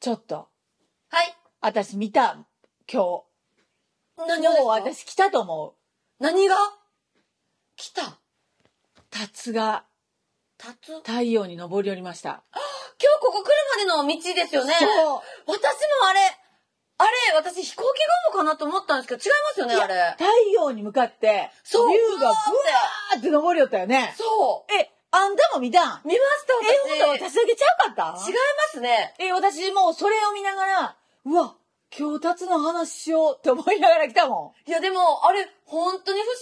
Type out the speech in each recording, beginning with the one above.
ちょっと、はい。私見た、今日。何もがうですか私来たと思何が来たう。タツがたつ今日太陽に昇り降りました。ここ来るまでの道ですよね。そう。私もあれ、あれ、私飛行機雲かなと思ったんですけど、違いますよね、いやあれ。太陽に向かって、そう竜がブうワわーって昇りよったよね。そえ、あんたも見たんう。見まえ、した、ほん私。と私だけちゃうかった違いますね。え、私もうそれを見ながら、うわ、今日タツの話しようって思いながら来たもいや、でも、あれ、本当に不思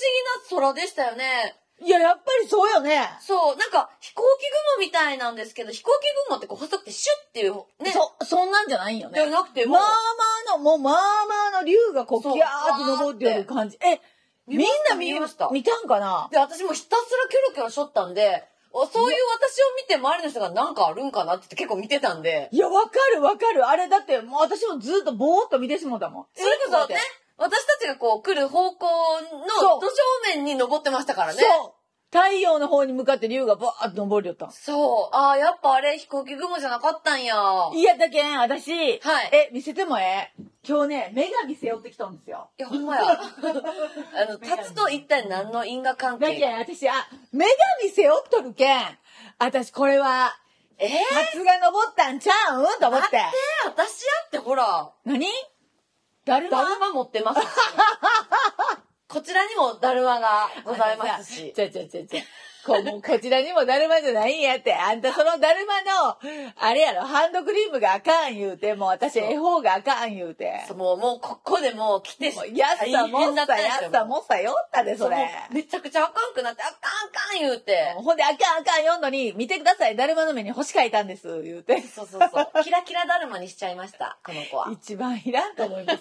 議な空でしたよね。ん。いや、やっぱりそうよね。そう、なんか、飛行機雲みたいなんですけど、飛行機雲ってこう細くてシュッっていう、ね。そ、そんなんじゃないんよねじ。ゃなくて、もまうあまあの、もうまあまあの竜がこそうう、ギャーって登ってる感じ。え、みんな見見ました見たんかなで、私もひたすらキョロキョロしょったんで、おそういう私を見て周りの人がなんかあるんかなって言って結構見てたんで。いや、わかるわかる。あれだって、もう私もずっとぼーっと見てしもうたもん。それこそね、私たちがこう来る方向そのう土正面に登ってましたからね。そう。太陽の方に向かって竜がバーッと登りよったん。そう。ああ、やっぱあれ飛行機雲じゃなかったんや。いいや、だけん、私、はいえ、見せてもええ今日ね、女神背負ってきたんですよ。や、ほんま や。あの、立つと一体何の因果関だけ係ん、私、あ、女神背負っとるけん、私これは、えー、初が登ったんちゃうんと思って。私やってほら、何だるまだるま持ってますし。 こちらにもだるまがござい ますし。ちゃちゃちゃちゃ。こうもうこちらにもだるまじゃないんやって。あんたそのだるまの、あれやろ、ハンドクリームがあかん言うて、もう私そう絵本があかん言うて。そうもう、もう、ここでもう来て、もうやっさもっさ、やっさもっさよったで、そそれれ。。めちゃくちゃあかんくなって、あかんあかん言うて。ほんで、あかんあかん読んのに、見てください、だるまの目に星書いたんです、言うて。そうそうそう。 キラキラだるまにしちゃいました、この子は。一番いらんと思い ます。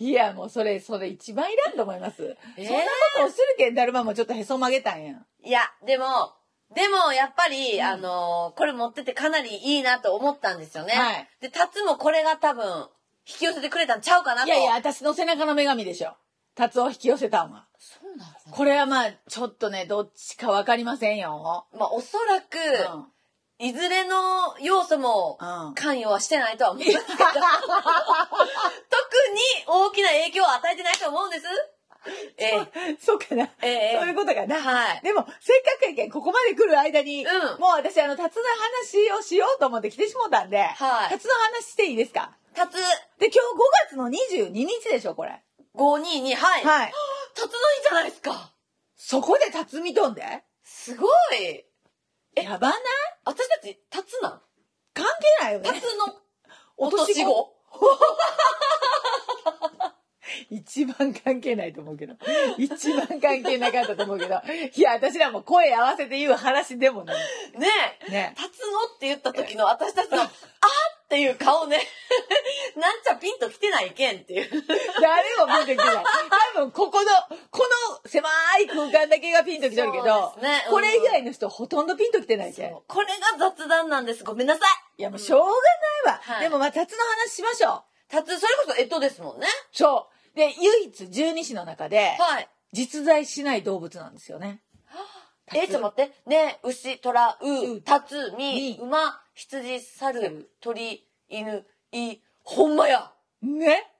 いや、もうそれ、それ一番いらんと思います。えーそんなことをするけん、だるまもちょっとへそ曲げたんやん。いや、でも、でも、やっぱり、あのーこれ持っててかなりいいなと思ったんですよね。はいで、タツもこれが多分、引き寄せてくれたんちゃうかなと。いやいや、私の背中の女神でしょ。達を引き寄せたんは。そうなんですね。これはまあ、ちょっとね、どっちかわかりませんよ。まあ、おそらく、うん。うん。いずれの要素も、関与はしてないとは思いますけど、特に大きな影響を与えてないと思うんです。ええ そうかな。ええそういうことかな。はい。でも、せっかくやけん、ここまで来る間に、うんもう私、あの、達の話をしようと思って来てしもたんで、はい達の話していいですかタツで、今日5月の22日でしょ、これ。 522、はい。い、はい。タツの日じゃないですか。そこで達見とんですごい。やばない私たち、タツなん関係ないよタねツ。のお年子。一番関係ないと思うけど。一番関係なかったと思うけど。いや、私らも声合わせて言う話でもない。ねえ。ね。タツのって言った時の私たちの、あーっていう顔ね。 なんちゃピンと来てないけんっていう。誰もピンときてない。多分、ここの、この狭い空間だけがピンときてるけどそう、ですねうんこれ以外の人ほとんどピンときてないけん。そうこれが雑談なんです。ごめんなさい。いや、もうしょうがないわ。はいでも、まあ、辰の話しましょう。タツ、それこそ干支ですもんね。そう。で、唯一十二支の中で、はい。実在しない動物なんですよね。えー、ちょっと待って。ね、牛、虎、う、タツ、みみ、馬、羊、猿、鳥、犬、い、ほんまや。ね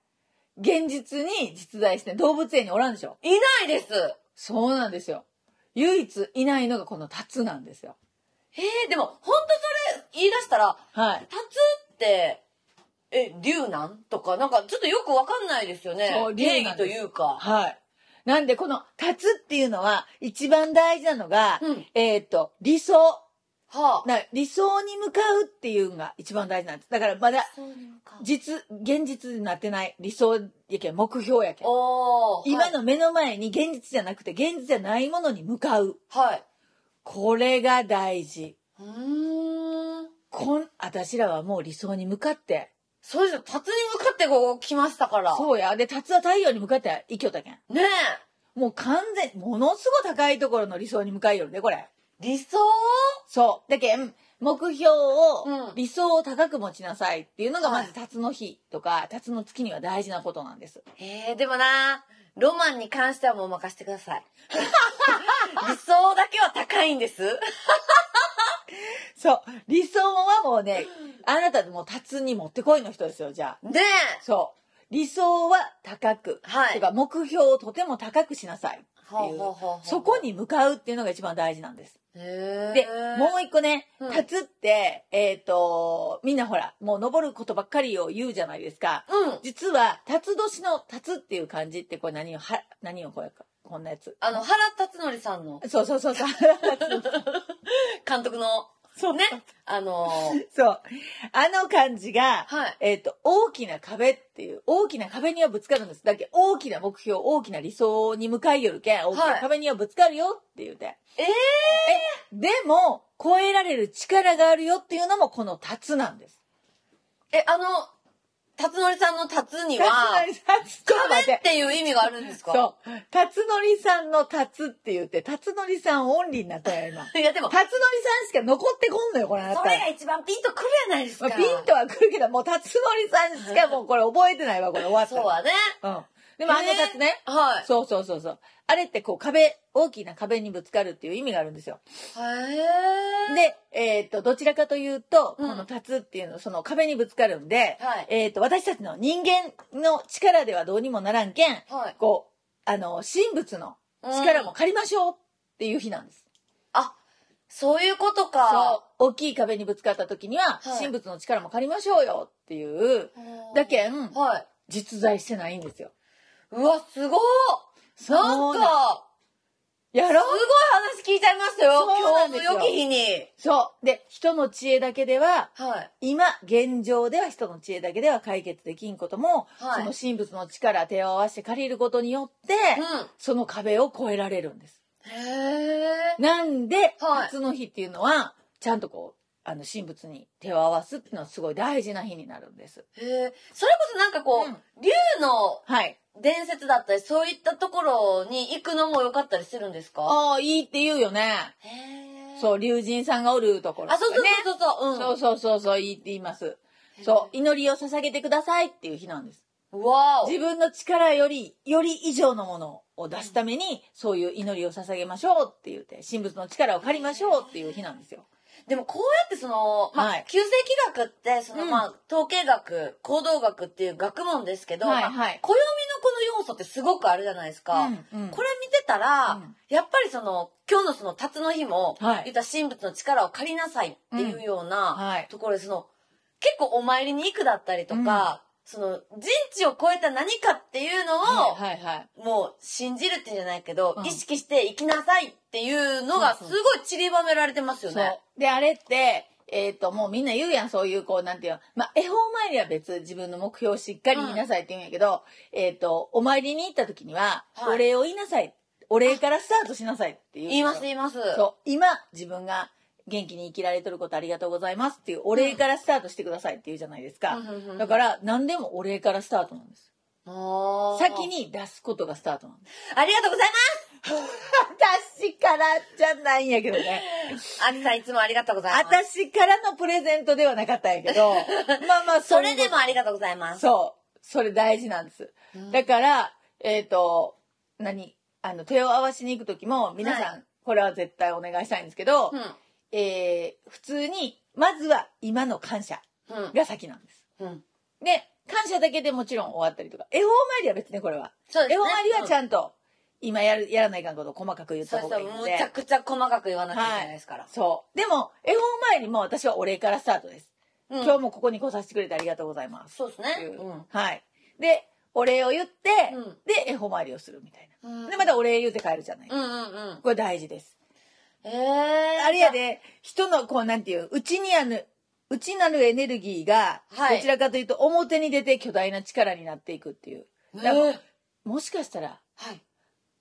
現実に実在して、動物園におらんでしょ。いないです。そうなんですよ。唯一いないのがこの辰なんですよ。えー、でも、ほんとそれ言い出したら、はいタ。ツって、え、竜なんとか、なんかちょっとよくわかんないですよね。そう定竜な義んですというか。はい。なんで、この、立つっていうのは、一番大事なのが、うんえーっ、と、理想。はあ。な理想に向かうっていうのが一番大事なんです。だから、まだ、そうなんか実、現実になってない理想やけん、目標やけん。おー今の目の前に現実じゃなくて、現実じゃないものに向かう。はい。はいこれが大事。うーん。こん、私らはもう理想に向かって。そうですよ。タツに向かってこう来ましたから。そうや。で、達は太陽に向かって生きよったけん。ねえ。もう完全、ものすごい高いところの理想に向かいよるね、これ。理想そう。だけん、目標を、うん理想を高く持ちなさいっていうのが、はいまず、辰の日とか、辰の月には大事なことなんです。えー、でもな、ロマンに関してはもう 任せてください。理想だけは高いんです。そう。理想はもうね、あなたでもう達に持ってこいの人ですよ、じゃねあ。そう。理想は高く。えはとい。か、目標をとても高くしなさい。ほうほうほうほうそこ。に向かうっていうのが一番大事なんです。へで、もうう一個ねうん、立つって、えっ、と、みんなほら、もう登ることばっかりを言うじゃないですか。うん。実は、立つ年の立つっていう漢字って、これ何を、は、何をこれか、こんなやつ。あの、原辰徳さんのそうそうそうそう。監督の、 そうね。あのー、そう。あの漢字が、はい。えっ、と、大きな壁っていう、大きな壁にはぶつかるんです。だけど大きな目標、大きな理想に向かいよるけん、大きな壁にはぶつかるよって言うて。えーでも、超えられる力があるよっていうのも、この立つなんです。え、あの、辰徳さんの辰に立つはの、りさん、ちょっと待っ。ってていう意味があるんですかそう。立つのりさんの立つって言って、立つのりさんオンリーになったよ、今。立いや、でも、つのりさんしか残ってこんのよ、これあなそた。れが一番ピンとくるやないですまか。あ、ピンとは来る けど、もう立つのりさんしかもうこれ覚えてないわ、これ終わったそうら。はね。うん。でもあの立つね。はい。そうそうそうそう。あれってこう壁、大きな壁にぶつかるっていう意味があるんですよ。へえ。で、えっ、と、どちらかというと、うんこの立つっていうの、その壁にぶつかるんで、はい。えっ、と、私たちの人間の力ではどうにもならんけん、はい。こう、あの、神仏の力もうん。借りましょうっていう日なんです。あ、そういうことそうか。。大きい壁にぶつかった時には、はい神仏の力も借りましょうよっていう、うんだけん、はい。実在してないんですよ。うわ、すごっなんそうなか、やすろごい話聞いちゃいましたよ。そう今な日んのですよ良き日に。そう。で、人の知恵だけでは、はい。今、現状では人の知恵だけでは解決できんことも、はいその神仏の力、手を合わせて借りることによって、うその壁を越えられるんです。ん。へえ。なんで、はい初の日っていうのは、ちゃんとこう、あの、神仏に手を合わすっていうのはすごい大事な日になるんです。へえ。それこそなんかこうんう、竜のはい。伝説だったり、そういったところに行くのも良かったりするんですかああ、いいって言うよね。へえ。そう、竜神さんがおるところあ、とかね。そうそうそうそう。うん。そうそうそうそう、いいって言います。そう、祈りを捧げてくださいっていう日なんです。う。わお。自分の力より、より以上のものを出すために、そういう祈りを捧げましょうって言って、神仏の力を借りましょうっていう日なんですよ。でもこうやってその、まあはい旧世紀学ってその、うんまあ統計学行動学っていう学問ですけど、はいまあはい暦のこの要素ってすごくあるじゃないですか、うんうんこれ見てたら、うんやっぱりその今日のその辰の日も、はい言ったら神仏の力を借りなさいっていうようなはい。ところでその結構お参りに行くだったりとか、その人知を超えた何かっていうのを、はいはいはい。もう信じるっていうんじゃないけど、うん意識して生きなさいっていうのがすそうごそうい散りばめられてますよね。そう。で、あれって、えっ、と、もうみんな言うやん、そういう、こう、なんていうの。まあ、絵本参りは別、自分の目標をしっかり言いなさいって言うんやけど、えっ、と、お参りに行った時には、はいお礼を言いなさい。お礼からスタートしなさいっていう。言います言います。、そう。今、自分が元気に生きられてることありがとうございますっていう、お礼からスタートしてくださいって言うじゃないですか。だからら、何でもお礼からスタートなんです。もう先。に出すことがスタートなんです。ありがとうござい私からじゃないんやけどね。ますあきさんいつもありがとうございます。私からのプレゼントではなかったんやけ ど、まあまあ、そういうれことでもありがとうございます。そう。それ大事なんです。うんだから、えっ、と、何あの、手を合わしに行くときも、皆さん、これは絶対お願いしたいんですけど、うん。えー普通に、まずは今の感謝うん。が先なんです。うん。で、感謝だけでもちろん終わったりとか、絵本参りは別にこれは。そうですね。絵本参りはちんゃんと、今やる、やらないかんことを細かく言ったそ方うがそいいのう。で。むちゃくちゃ細かく言わなきゃいけないですから。そう。でも、絵本参りも私はお礼からスタートです。うん今日もここに来させてくれてありがとうございます。そうですっていね。ううはい。で、お礼を言って、うんで、絵本参りをするみたいん。うな。んで、またお礼言うて帰るじゃない。うんうんうん。これ大事です。ええ。あれや。で、人の、こう、なんていう、内にある、内なるエネルギーが、はいどちらかというと、表に出て巨大な力になっていくっていう。えだからーもしかしたら、はい。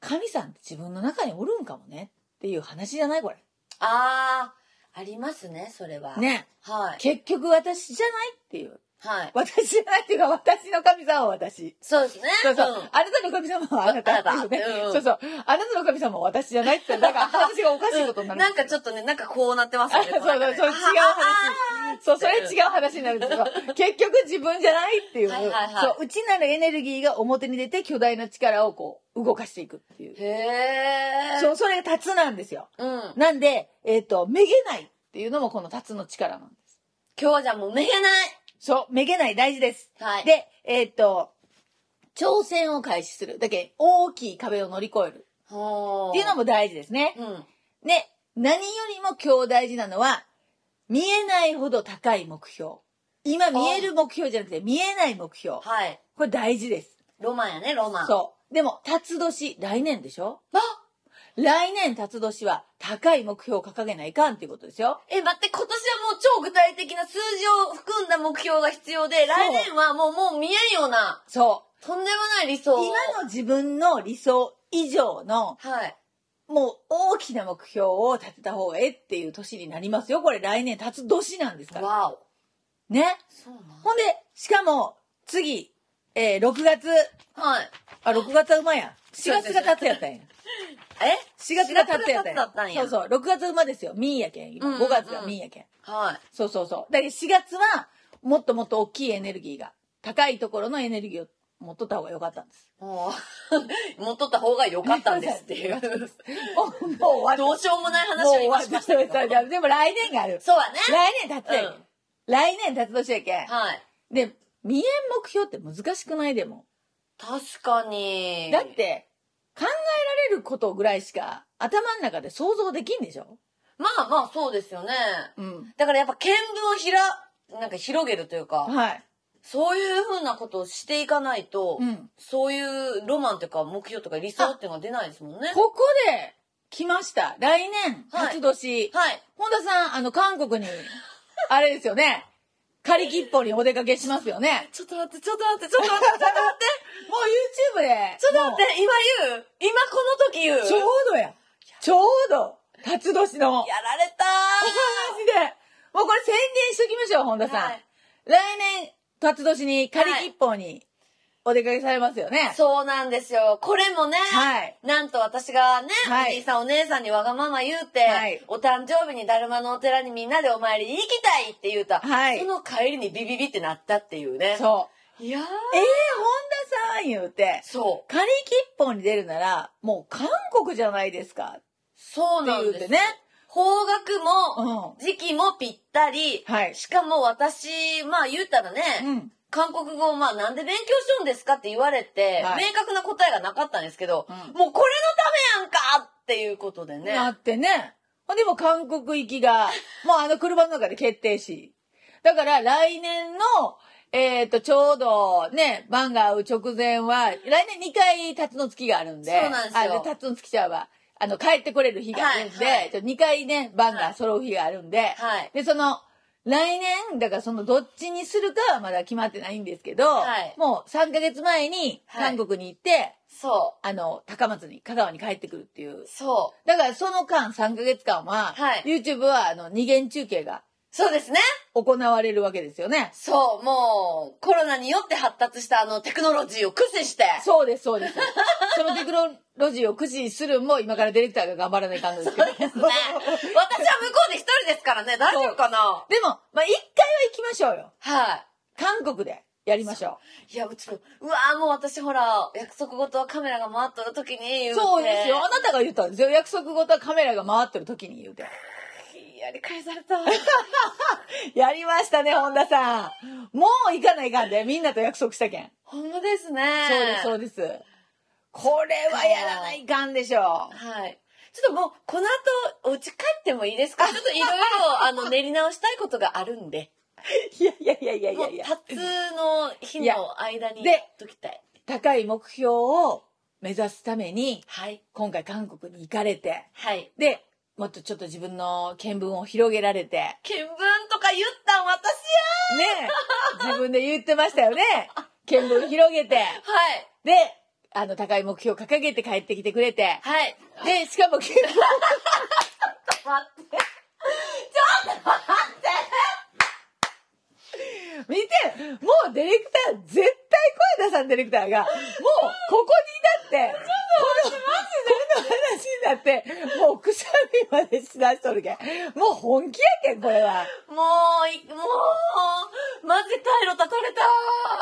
神さんって自分の中におるんかもねっていう話じゃないこれ。あー、ありますね、それは。。ね。はい。結局私じゃないっていう。はい。私じゃないっていうか、私の神様は私。そうですね。そうそう。あんなたの神様はあなたっていうねあなたう。んそうそう。あなたの神様は私じゃないって言ったら、だから話がおかしいことになる。なんかちょっとね、なんかこうなってますよね。 そうこの中そう、ねそう違う話。そう、それうん違う話になるんですけど、結局自分じゃないっていう。はいはいはいそう、内なるエネルギーが表に出て巨大な力をこう、動かしていくっていう。へえ。そう、それが立つなんですよ。うん。なんで、えっ、と、めげないっっていうのもこの達の力なんです。今日はじゃあもうめげない。そう、めげない大事です。はい。で、えーっと、挑戦を開始する。だけ大きい壁を乗り越える。ほーっていうのも大事ですね。うん。で、何よりも今日大事なのは、見えないほど高い目標。今見える目標じゃなくて、見えない目標。はい。これ大事です。ロマンやね、ロマン。う。そう。でも、辰年、来年でしょあ来年辰年は高い目標を掲げないかんっていうことですよ。え、待って、今年はもう超具体的な数字を含んだ目標が必要で、来年はもう、もう見えんような、そとんでもない理う。想を。今の自分の理想以上の、はい。もう大きな目標を立てた方がええっていう年になりますよ。これ来年辰年なんですから。わお。ね。そうなほんで、しかも、次、えー6月、んはい。あ、6月は馬やん。4月が辰やったんや。え4月が辰やったん四月が辰だったんや。やそうそう、6月馬ですよ。ミーやけん。うんう今んうん5月がミーやけん。はい。そうそうそう。だけど4月は、もっともっと大きいエネルギーが、高いところのエネルギーを持っとった方が良かったんです。もう、 持っとった方が良かったんですっていう。 もうもう終わどうしようもないった。話を今し終わまっしたけど。た。でも来年がある。そうやね。来年経つやけん。うん来年経つ年やけん。はい。で、見えん目標って難しくないでも。確かに。だっ。て、考えられることぐらいしか頭の中で想像できんでしょまあまあ、そうですよね。うん。だからやっぱ見聞をひら、なんか広げるというか、はい。そういうふうなことをしていかないと、うん。そういうロマンというか目標とか理想っていうのが出ないですもんね。ここで来ました。来年、は初い年。はい。本田さん、あの、韓国 に、あれですよね。仮切符にお出かけしますよね。ちょっと待って、ちょっと待って、ちょっと待って、ちょっと待って、もう YouTube で。 ちょっと待って、今言う今この時言うもうちょうどや。ちょうど、辰年の。マやられたジで。もうこれ宣伝しときましょう、本田さん。はい来年、辰年に仮切符にお出かけされますよね。ーそうなんですよ。これもね、はい。なんと私がね、はいおじいさんお姉さんにわがまま言うて、はいお誕生日にだるまのお寺にみんなでお参りに行きたいって言うた、はいその帰りにビビビってなったっていうね。そう。いやえーー、本田さん言うて、そう。仮切符に出るなら、もう韓国じゃないですか。そうなんってで言うすてね。方う角も、ん。時期もぴったり、はいしかも私、まあ言うたらね、うん。韓国語をまあなんで勉強しようんですかって言われて、はい明確な答えがなかったんですけど、うんもうこれのためやんかっていうことでね。なってね。ほんでもう韓国行き が、もうあの車の中で決定し。だから来年の、えっ、と、ちょうどね、番が合う直前は、来年2回辰の月があるんで、そうなんですよあの辰の月ちゃうわ。あの、帰ってこれる日があるんで、はいはいちょ2回ね、番が揃う日があるんで、はい。で、その、来年、だからそのどっちにするかはまだ決まってないんですけど、はいもう3ヶ月前にはい韓国に行って、そあの、高松に、香川に帰ってくるっていうう。。そう。だからその間3ヶ月間は、はい YouTube はあの二元中継がそうですね。行われるわけですよね。そう、もう、コロナによって発達したあのテクノロジーを駆使して。そうです、そうです。 そのテクノロジーを駆使するんも今からディレクターが頑張らない感じですけど。でね、私は向こうで一人ですからね、大丈夫かなも、まあ一回は行きましょうよ。はい。韓国でやりましょいや、ちょっと、うわーもう私ほら、約束事はカメラが回っとる時に言う。うて。そうですよ。あなたが言ったんですよ。約束事はカメラが回ってる時に言うて。やり返され た。やりましたね、本田さん。もう行かないかんで、みんなと約束したけん。ほんまですね。そうです、そうです。これはやらないかんでしょう。はい。ちょっともう、この後、お家帰ってもいいですかちょっといろい ろ、あの、練り直したいことがあるんで。いやいやいやいやいもやうい、や。タツの日いやの間に、でやっときたい。高い目標を目指すために、はい。今回韓国に行かれて、はい。で、もっとちょっと自分の見聞を広げられて、ね見聞とか言ったん私やえ、自分で言ってましたよね。見聞広げて、はい。で、あの、高い目標を掲げて帰ってきてくれて、はい。で、しかも見聞、待って。見て、もうディレクター、絶対声出さんディレクターが、もう、ここ にだって、ちょっとマジでこの話になって、もうくしゃみまでしだしとるけん。もう本気やけん、これは。もうい、もう、マジ退路断たれ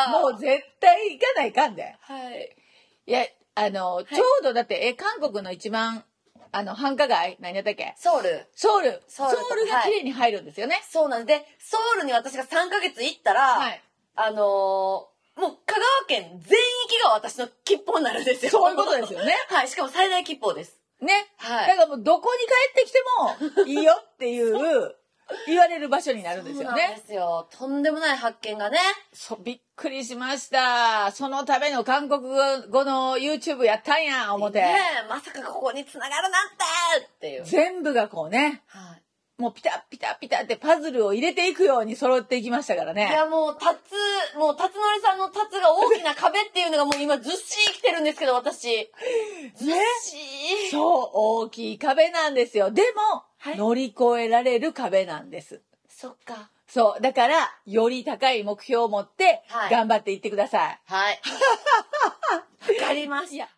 たもう絶対行かないかんで。はい。いや、あの、ちょうどだって、え、韓国の一番あの、繁華街何やったっけソウル。ソウル。ソウソウルルとかが綺麗に入るんですよね。そうなんです。で、ソウルに私が3ヶ月行ったら、はい。あのーもう香川県全域が私の切符になるんですよ。そういうことですよね。 はい。しかも最大切符です。ね。はだい。からもうどこに帰ってきてもいいよっていう、言われる場所になるんですよそうなんね。ですよ。とんでもない発見がね。そうびっくりしました。そのための韓国語の YouTube やったんや、思ってね。えまさかここに繋がるなんてっていう。全部がこうね、はい。もうピタッピタッピタってパズルを入れていくように揃っていきましたからいね。やもう、タツ、もう、タツノリさんのタツが大きな壁っていうのがもう今ずっしり来てるんですけ ど、私。ずっしり。そう、大きい壁なんですよ。でも、はい乗り越えられる壁なんです。そっか。そう、だから、より高い目標を持っては、い 頑張っていってください。はい。わかりました。